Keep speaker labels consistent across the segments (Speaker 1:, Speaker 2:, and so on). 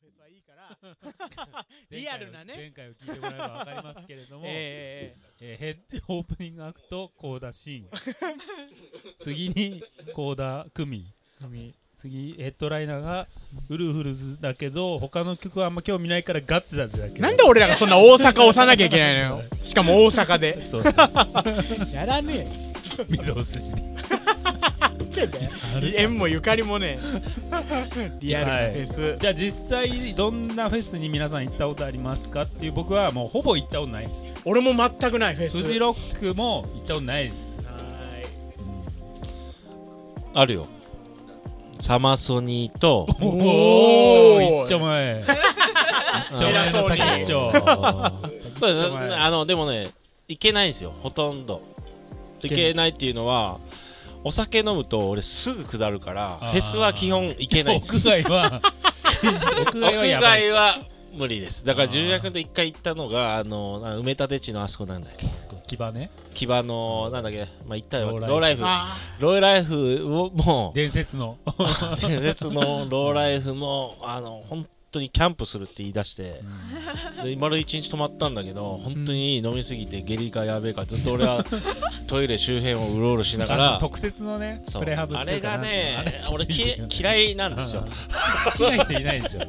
Speaker 1: フェスはいいから リアルなね
Speaker 2: 前回を前回を聞いてもらえばわかりますけれども、え
Speaker 1: え
Speaker 2: ーヘッオープニングアクトコーダシーン 次にコーダクミ
Speaker 1: 組
Speaker 2: 次ヘッドライナーがウルフルズだけど他の曲はあんま興味ないからガッツだぜだけど
Speaker 1: なんで俺らがそんな大阪押さなきゃいけないのよしかも大阪で
Speaker 2: そう
Speaker 1: やらね
Speaker 2: 御堂筋であ
Speaker 1: え
Speaker 2: れ
Speaker 1: 縁もゆかりもねえリアルなフェス、
Speaker 2: じゃあ実際どんなフェスに皆さん行ったことありますかっていう僕はもうほぼ行ったことないです
Speaker 1: 俺も全くないフェス
Speaker 2: フジロックも行ったことないです
Speaker 1: は
Speaker 3: あるよサマソニーと
Speaker 1: ーい
Speaker 2: お
Speaker 1: ー
Speaker 2: 一丁 前一丁前の先
Speaker 1: 偉
Speaker 2: っち ょ
Speaker 3: そう
Speaker 2: 一丁前
Speaker 3: あのでもねいけないんですよほとんどいけないっていうのはお酒飲むと俺すぐ下るから
Speaker 2: あー
Speaker 3: フェスは基本いけないんです
Speaker 2: 屋外 は屋
Speaker 3: 屋
Speaker 2: 外はやばい
Speaker 3: 外は無理ですだから
Speaker 2: あー
Speaker 3: 重役と一回行ったのがあのな埋め立て地のあそこなんだっけ
Speaker 2: 牙ね
Speaker 3: 木場のなんだっけまあ行ったよ
Speaker 2: ローライフ
Speaker 3: ローライフ
Speaker 1: あ
Speaker 3: ローライフ をもう
Speaker 2: 伝説の
Speaker 3: 伝説のローライフもあの本当にキャンプするって言い出してで丸一日泊まったんだけど本当に飲みすぎて下痢がやべえからずっと俺 はトイレ周辺をうろうろしなが
Speaker 2: あの
Speaker 3: ら
Speaker 2: 特設のね
Speaker 3: そう
Speaker 2: プレハブ
Speaker 3: あ
Speaker 2: ってい
Speaker 3: れ
Speaker 2: うか
Speaker 3: が
Speaker 2: なんていうのあれ
Speaker 3: ね俺き嫌いなんですよ
Speaker 2: 好きな人いないで しょだ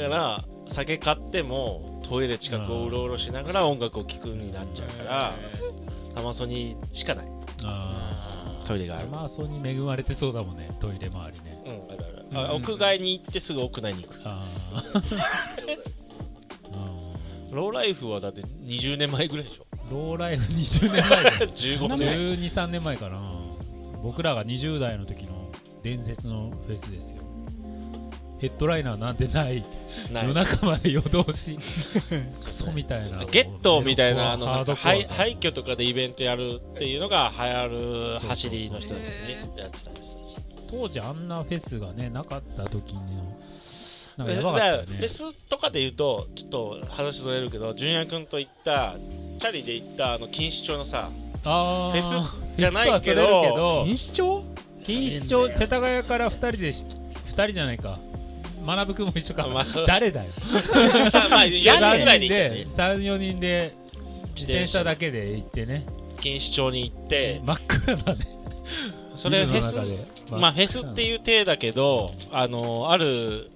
Speaker 3: だから酒買ってもトイレ近くをうろうろしながら音楽を聴くになっちゃうからサマソニしかないトイレがある
Speaker 2: まあそうに恵まれてそうだもんねトイレ周りね
Speaker 3: うん、ある
Speaker 2: うん
Speaker 3: あるあ屋外に行ってすぐ屋内に行く
Speaker 2: あ あ
Speaker 3: ローライフはだって20年前ぐらいで しょ
Speaker 2: ローライフ20年前だ よ
Speaker 3: 15年前
Speaker 2: 1 2 3年前かな僕らが20代の時の伝説のフェスですよヘッドライナーなんてない
Speaker 3: ない
Speaker 2: 夜中まで夜通しクソみたいな
Speaker 3: ゲットみたいなあの
Speaker 2: ハ
Speaker 3: な
Speaker 2: ー
Speaker 3: んか
Speaker 2: ドコア
Speaker 3: 廃廃墟とかでイベントやるっていうのが流行る走りの人たちにやってたんです
Speaker 2: 当時あんなフェスがねなかった時のなんか
Speaker 3: だ
Speaker 2: や
Speaker 3: か
Speaker 2: ばかった
Speaker 3: ら
Speaker 2: よ
Speaker 3: フ
Speaker 2: ね
Speaker 3: ェスとかで言うとちょっと話ずれるけど純也君と行ったチャリで行ったあの錦糸町 のさ
Speaker 2: あ
Speaker 3: フェスじゃないけど
Speaker 2: ど
Speaker 1: 錦糸町
Speaker 2: 錦糸町世田谷から2人でし2人じゃないか学君も一緒か
Speaker 3: あまあ
Speaker 2: 誰だよ
Speaker 3: さまあ4
Speaker 1: や
Speaker 3: 年
Speaker 1: る
Speaker 2: 3
Speaker 3: ぐらい
Speaker 2: 人
Speaker 3: で行ったよ
Speaker 2: で
Speaker 3: ね
Speaker 2: 34人で自転車
Speaker 3: で
Speaker 2: だけで行ってね
Speaker 3: 錦糸町に行って
Speaker 2: 真っ暗なね
Speaker 3: それフェス
Speaker 2: ビルの中で
Speaker 3: まあフェスって
Speaker 2: う
Speaker 3: いう体だけどあのある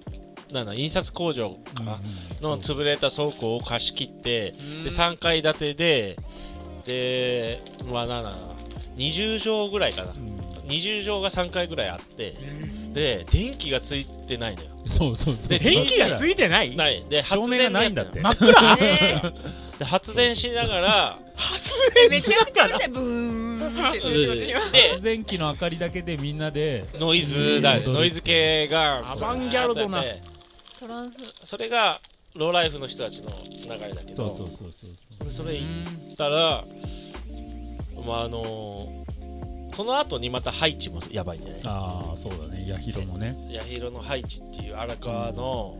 Speaker 3: なんだ印刷工場かなの潰れた倉庫を貸し切ってで3階建てででまあなんだ20畳ぐらいかな20畳が3階ぐらいあってで電気がついてないのよ
Speaker 2: そうそうそう
Speaker 3: で
Speaker 1: 電気がつ
Speaker 2: い
Speaker 1: いてない
Speaker 3: ないで
Speaker 2: 照明
Speaker 3: 発
Speaker 2: が
Speaker 3: 電
Speaker 2: ないんだって
Speaker 3: で
Speaker 1: 真っ暗
Speaker 4: え
Speaker 3: で発電しながら
Speaker 4: ー、めちゃくちゃうるさいブーンって言ってる私は
Speaker 3: で
Speaker 2: 発電機の明かりだけでみんなで
Speaker 3: ノイズだノイズ系が
Speaker 1: アバンギャルドな
Speaker 3: で
Speaker 4: トランス
Speaker 3: それがローライフの人たちの流れだけど
Speaker 2: そうそうそうそう
Speaker 3: でそれ行ったらまああのその後にまたハイチもやばいんじゃない
Speaker 2: ああそうだねヤヒロもね
Speaker 3: 八広のハイチっていう荒川の、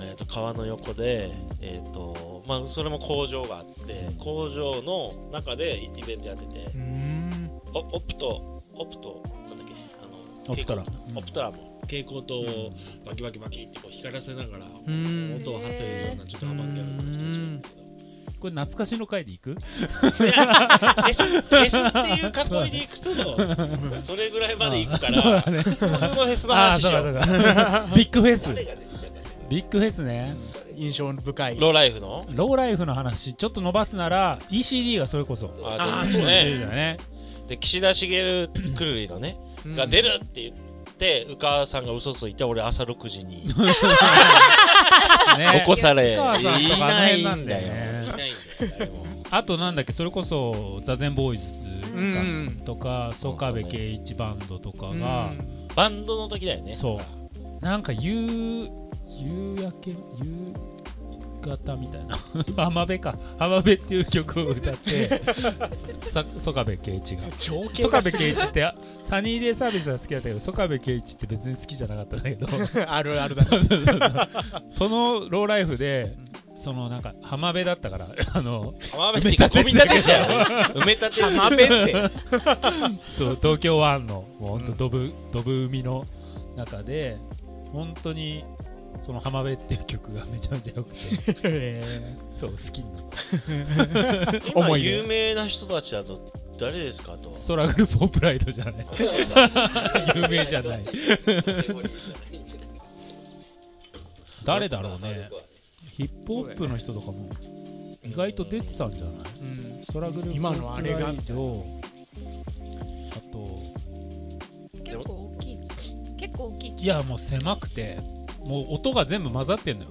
Speaker 3: えー、と川の横で、えーとまあ、それも工場があって工場の中でイベントやってて
Speaker 1: うん
Speaker 3: おオプトオプトなんだっけあの
Speaker 2: オプトラ
Speaker 3: 蛍光オプトラも蛍光灯をバキバキバキってこう光らせながら
Speaker 1: うん
Speaker 3: 音を発せるようなちょっとアバンギャルドな人たちがいるんだけど
Speaker 2: これ懐かしの回で行く
Speaker 3: いやフェスフェスっていう囲いで行くとそれぐらいまで行くから
Speaker 2: そうだ
Speaker 3: 普
Speaker 2: ね
Speaker 3: 通のフェスの
Speaker 2: ああー
Speaker 3: 話し
Speaker 2: そう
Speaker 3: よ
Speaker 2: だ
Speaker 3: う
Speaker 2: そうだビッグフェスビッグフェスね
Speaker 1: 印象深い
Speaker 3: ローライフの
Speaker 2: ローライフの話ちょっと伸ばすなら ECD がそれこそ
Speaker 3: あ
Speaker 1: あー
Speaker 3: でも
Speaker 2: そう
Speaker 3: ね
Speaker 2: だよね
Speaker 3: で岸田茂くるりのね
Speaker 1: うん
Speaker 3: が出るって言ってうかさんが嘘ついて俺朝6時に
Speaker 2: ね
Speaker 3: 起こされ
Speaker 2: お母さんとかあの辺なんだよね
Speaker 3: いいないんだよ誰も
Speaker 2: あとなんだっけそれこそ座禅ボーイズ
Speaker 1: うんうん
Speaker 2: とか曽我部圭一バンドとかが
Speaker 1: うん
Speaker 3: バンドの時だよね
Speaker 2: そうなんか夕夕焼け夕方みたいな 浜辺か浜辺っていう曲を歌 ってさ曽我部圭一が
Speaker 1: 情景
Speaker 2: 曽
Speaker 1: が
Speaker 2: 我部圭一ってあサニーデイサービスは好きだったけど曽我部圭一って別に好きじゃなかったんだ けど
Speaker 1: あるあるだ ね
Speaker 2: そのローライフでそのなんか浜辺だったから あの
Speaker 3: 浜辺っていうかゴミ立てちゃう埋め立て
Speaker 1: 浜
Speaker 3: 地
Speaker 1: 辺って
Speaker 2: そう東京湾のもうほんとドブ、ドブ海の中で本当にその「浜辺」っていう曲がめちゃめちゃ 良くてそう好きになった
Speaker 3: 今
Speaker 1: 思い出
Speaker 3: 有名な人たちだと誰ですかと
Speaker 2: ストラグル・フォー・プライドじゃない有名じゃない誰だろうねヒップホップの人とかも意外と出てたんじゃない
Speaker 1: うん
Speaker 2: ストラグル・フォ
Speaker 1: 今
Speaker 2: ー・
Speaker 1: のあ
Speaker 2: プ
Speaker 1: れ
Speaker 2: ラ
Speaker 1: が
Speaker 2: イドあと
Speaker 4: 結構大きい結構大きい
Speaker 2: いやもう狭くてもう音が全部混ざってんのよ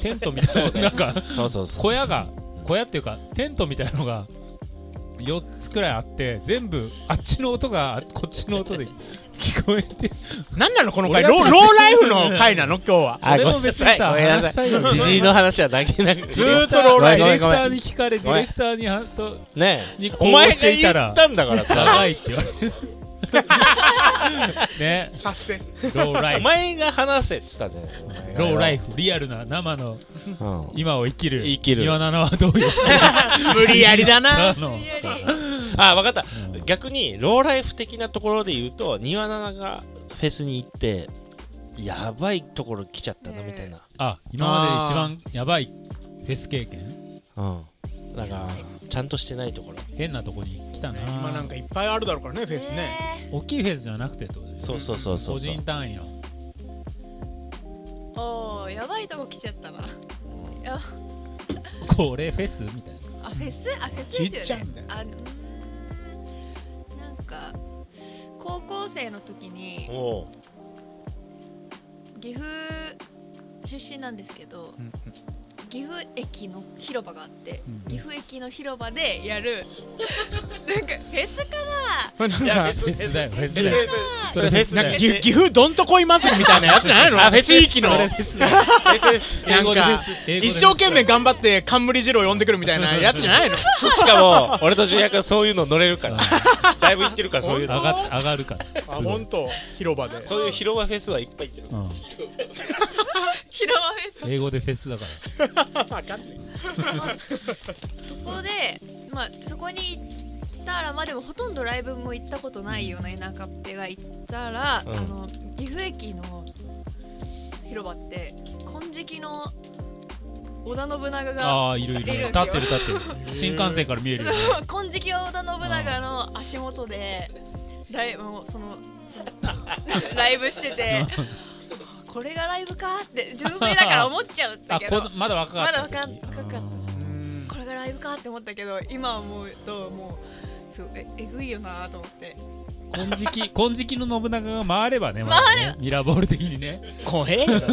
Speaker 2: テントみたいななんか
Speaker 3: そうそうそ
Speaker 2: 小屋が小屋っていうかテントみたいなのが4つくらいあって全部あっちの音がこっちの音で聞こえて
Speaker 1: なんなのこの回ローローライフの回なの今日は
Speaker 5: あ
Speaker 2: 俺
Speaker 5: ごめ
Speaker 2: も
Speaker 5: んな
Speaker 2: 別
Speaker 5: さ
Speaker 2: に
Speaker 5: い
Speaker 2: さ
Speaker 5: ごめんな
Speaker 2: 話し
Speaker 5: さ
Speaker 2: たいの
Speaker 5: い
Speaker 2: に
Speaker 5: じじいの話はだけなく
Speaker 2: ず
Speaker 5: て
Speaker 2: ーっとローライ
Speaker 5: ごめん
Speaker 2: ディレ
Speaker 5: ご
Speaker 2: クタ
Speaker 5: めんご
Speaker 2: ー
Speaker 5: めん
Speaker 2: に聞かれディレクターにはんと
Speaker 3: ね
Speaker 2: にこ
Speaker 3: お
Speaker 2: う
Speaker 3: 前が
Speaker 2: してい
Speaker 3: 言
Speaker 2: た
Speaker 3: っ
Speaker 2: ら
Speaker 3: たんだからさ
Speaker 2: 長いって言われる ね
Speaker 1: させ
Speaker 2: ローライ
Speaker 3: お
Speaker 2: フ
Speaker 3: 前が話せっつったじゃない
Speaker 2: ローライフリアルな生の
Speaker 5: うん
Speaker 2: 今を生きる
Speaker 3: 生きる
Speaker 2: 岩七はどういう
Speaker 1: 無理やりだな
Speaker 2: あの
Speaker 3: あ分かった
Speaker 2: うん
Speaker 3: 逆にローライフ的なところで言うと庭菜々がフェスに行ってやばいところ来ちゃったなみたいな、
Speaker 2: あ今までで一番やばいフェス経験
Speaker 3: うんなんかちゃんとしてないところ
Speaker 2: 変なとこに来たな
Speaker 1: 今なんかいっぱいあるだろうからねフェスね
Speaker 2: 大きいフェスじゃなくてってことです
Speaker 3: そうそうそうそ
Speaker 2: 個
Speaker 3: うそう
Speaker 2: 人単位の
Speaker 4: おーやばいとこ来ちゃったな
Speaker 2: これフェスみたいな
Speaker 4: あフェスあフェス
Speaker 1: ちっ
Speaker 4: です
Speaker 1: ち
Speaker 4: よ
Speaker 1: ゃい
Speaker 4: ね
Speaker 1: んだよ
Speaker 4: あのうーんなんか高校生の時に
Speaker 3: おう
Speaker 4: 岐阜出身なんですけど
Speaker 1: うん
Speaker 4: 岐阜駅の広場があって、
Speaker 2: うん
Speaker 4: 岐阜駅の広場でやるなんかフェスかな
Speaker 1: それなん
Speaker 3: いや
Speaker 1: か
Speaker 3: フェス
Speaker 2: フェスだよフェスだ
Speaker 3: フ
Speaker 2: よ
Speaker 3: ェス
Speaker 2: それフェス
Speaker 1: な
Speaker 2: だ
Speaker 1: んか
Speaker 2: よ
Speaker 1: ぎ岐阜どんとこい祭りみたいなやつじゃないの
Speaker 3: あフェスです
Speaker 1: 地域の
Speaker 3: それ
Speaker 2: フェスだよ
Speaker 3: フェスです
Speaker 1: なん
Speaker 2: 英語でフェ
Speaker 1: か
Speaker 2: ス英語で
Speaker 1: 一生懸命頑張って冠二郎呼んでくるみたいなやつじゃないの
Speaker 3: しかも俺と純也君そういうの乗れるからだいぶ行ってるからそうい
Speaker 2: 上
Speaker 3: うの
Speaker 2: が上がるからすごい、
Speaker 1: 当広場で
Speaker 3: そういう広場フェスはいっぱい行ってる
Speaker 2: うん、
Speaker 4: 広場フェス
Speaker 2: 英語でフェスだか
Speaker 4: そこで、まあ、そこに行ったら、まあ、でもほとんどライブも行ったことないような田舎っぺが行ったら、
Speaker 3: うん
Speaker 4: あの岐阜駅の広場って金色の織田信長
Speaker 2: ら
Speaker 4: が
Speaker 2: ああーいるい
Speaker 4: い
Speaker 2: る
Speaker 4: るん
Speaker 2: 立って
Speaker 4: ですよ
Speaker 2: る立ってる新幹線から 見えるよね
Speaker 4: 金色織田信長の足元でライブもうそのそのライブし ててこれがライブかって純粋だから思っちゃうんだ
Speaker 2: あ
Speaker 4: け
Speaker 2: こ
Speaker 4: ど
Speaker 2: のまだ若かった時
Speaker 4: まだ若かった
Speaker 1: うん
Speaker 4: これがライブかって思ったけど今思うともうすごいええぐいよなと思って
Speaker 2: 金色金色の信長が回ればね,、まだねミラーボール的にね
Speaker 1: 怖えよ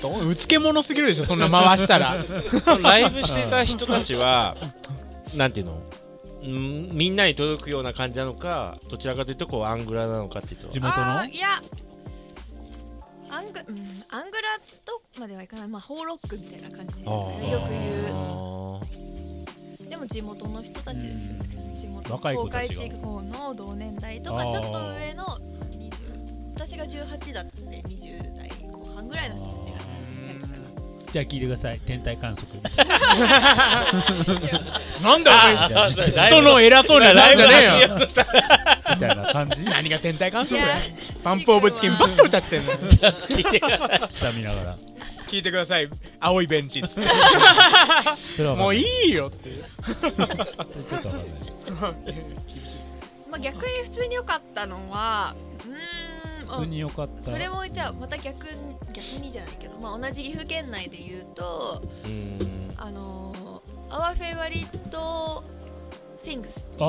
Speaker 1: どううつけ者すぎるでしょそんな回したら
Speaker 3: そのライブしてた人たちはなんていうのんみんなに届くような感じなのかどちらかというとこうアングラなのかっていうと
Speaker 2: 地元の
Speaker 4: あーいやアング,、うん、アングラとまではいかない、まあ、ホーロックみたいな感じですよ
Speaker 3: あー
Speaker 4: ねよく言
Speaker 3: あ
Speaker 4: うでも地元の人たちですよね地元
Speaker 2: 若い子
Speaker 4: 東
Speaker 2: た
Speaker 4: 海
Speaker 2: ちが
Speaker 4: 地方の同年代とか
Speaker 2: あー
Speaker 4: ちょっと上の20私が18だって20代後半ぐらいの人たちがやってたから
Speaker 2: じゃあ聞いてください天体観測
Speaker 1: なんだ
Speaker 3: ーあ
Speaker 1: よ
Speaker 3: それライブ
Speaker 1: 人の偉そうなライブじゃねえよ
Speaker 2: みたいな感 じ
Speaker 1: 何が天体観測
Speaker 4: い
Speaker 1: だ
Speaker 4: や
Speaker 1: よパンプオブチキンばっか歌ってんの
Speaker 2: 下見ながら
Speaker 1: 聞いてください青いベンチっつって
Speaker 2: それ は
Speaker 1: もう
Speaker 2: い
Speaker 1: いいよっていう
Speaker 2: ちょっとわかんない
Speaker 4: まあ、逆に普通に良かったのはうーん
Speaker 2: 普通に良かった
Speaker 4: それもじゃあまた逆に逆にじゃないけど、まあ、同じ岐阜県内で言うと
Speaker 3: ーうん
Speaker 4: あのー、Our Favorite Things
Speaker 2: あ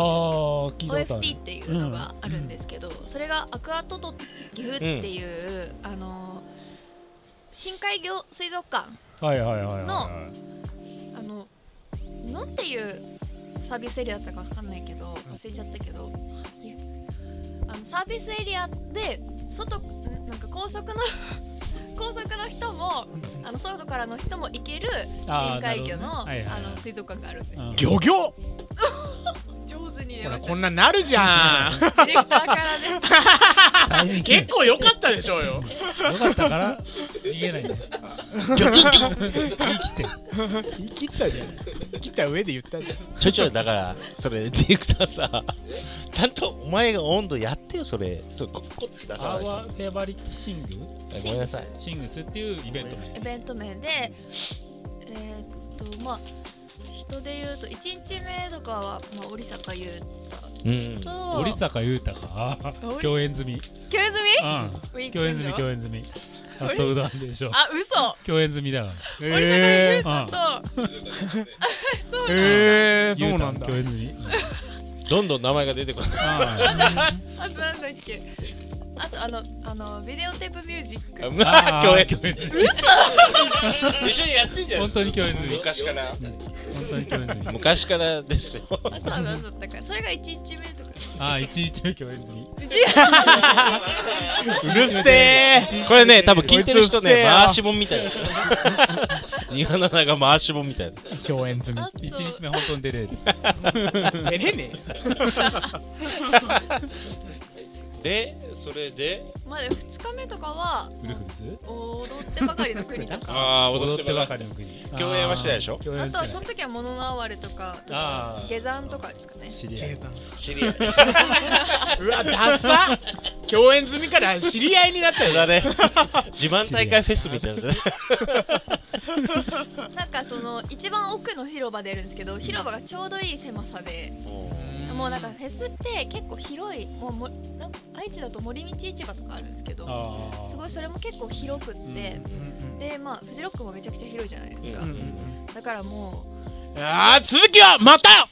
Speaker 2: ー聞いたことある
Speaker 4: OFT っていうのがあるんですけど、それがアクアトト岐阜っていう、あのー深海魚水族館
Speaker 2: はいはいはいはい、
Speaker 4: の
Speaker 2: はい
Speaker 4: あのなんていうサービスエリアだったかわかんないけど忘れちゃったけど、いあのサービスエリアで外んなんか高速の 高速の人もあの外からの人も行ける
Speaker 2: あー
Speaker 4: 深海魚の,、
Speaker 2: なるほどねはいはいはい
Speaker 4: あの水族館があるんですよ、
Speaker 2: うん
Speaker 1: 漁業
Speaker 4: 上手に
Speaker 1: ほ
Speaker 4: 入れ
Speaker 1: ら
Speaker 4: まし
Speaker 1: こんなんなるじゃ ん
Speaker 4: たディレクターから ね
Speaker 2: タイミング
Speaker 1: 結構良かったでしょうよ
Speaker 2: よかったから逃げないね
Speaker 3: ギョギョギョ
Speaker 2: 生き て
Speaker 1: 言い切ったじゃん言い切った上で言ったじゃん
Speaker 3: ちょいちょいだからそれディレクターさちゃんとお前が温度やってよそれそうここって出さ
Speaker 2: ア
Speaker 3: ない
Speaker 2: ワ
Speaker 3: と
Speaker 2: ーフェバリットシング
Speaker 3: ごめんなさい
Speaker 2: シングスっていうイベント名
Speaker 4: イベント名でえーっとまあ人で言うと1日目とかは、まあ、織坂優
Speaker 3: うん
Speaker 4: と
Speaker 2: 織坂裕太が
Speaker 4: 織
Speaker 2: 共演済み
Speaker 4: 京泉
Speaker 2: うん共演済み共演済み
Speaker 4: 織
Speaker 2: あそうなんでしょ
Speaker 4: あ嘘
Speaker 2: 共演済みだか
Speaker 1: え
Speaker 2: らうん
Speaker 4: と
Speaker 1: ー、えー、
Speaker 2: 裕
Speaker 1: そうな
Speaker 2: 太の
Speaker 1: んだ
Speaker 2: 共演済みうん
Speaker 3: どんどん名前が出てこない
Speaker 2: あ
Speaker 4: あとなんだっけあとあのあのビデオテープミュージック
Speaker 3: まあ
Speaker 2: ー
Speaker 3: 共演
Speaker 2: 共演済み
Speaker 3: 一緒にや ってんじゃん
Speaker 2: 本当に共演済み
Speaker 3: 昔から
Speaker 2: 本当に共演済み
Speaker 3: 昔からですよ
Speaker 4: あとは何だったかそれが1日目とか
Speaker 2: ああ、一日目共演済み。
Speaker 4: うち
Speaker 1: うるせえ
Speaker 3: これね多分聞いてる人
Speaker 1: こいつうっせ
Speaker 3: ね
Speaker 1: えよ
Speaker 3: 回しもんみた いな27が回しもんみたいな
Speaker 1: 共演済み
Speaker 4: あと
Speaker 2: 一日目本当に出れる。
Speaker 1: 出れね
Speaker 3: でそれで
Speaker 4: まあ2日目とかは
Speaker 2: ウルフルズ
Speaker 4: 踊ってばかりの国とか
Speaker 3: ああ
Speaker 2: 踊ってばか
Speaker 3: り
Speaker 2: りの国。
Speaker 3: 共演はしてないでしょ
Speaker 2: 共
Speaker 4: あ
Speaker 2: 演し
Speaker 4: とは
Speaker 2: て
Speaker 4: そ
Speaker 2: な
Speaker 4: の
Speaker 2: い。
Speaker 4: 時は物のあわれとか
Speaker 2: あ
Speaker 4: 下山とかですかね
Speaker 2: あ、知り合い。
Speaker 3: 知り合いう
Speaker 1: わダサ共演済みから知り合いになった
Speaker 3: そ
Speaker 1: よ
Speaker 3: れだね 自慢大会フェスみたいなね
Speaker 4: なんかその一番奥の広場でやるんですけど広場がちょうどいい狭さでもうなんかフェスって結構広いもうもなんか愛知だと森道市場とかあるんですけど
Speaker 2: ああ。
Speaker 4: すごいそれも結構広くって
Speaker 1: うんうん
Speaker 4: でまあフジロックもめちゃくちゃ広いじゃないですか
Speaker 1: うんうん
Speaker 4: だからもう
Speaker 1: あー続きはまた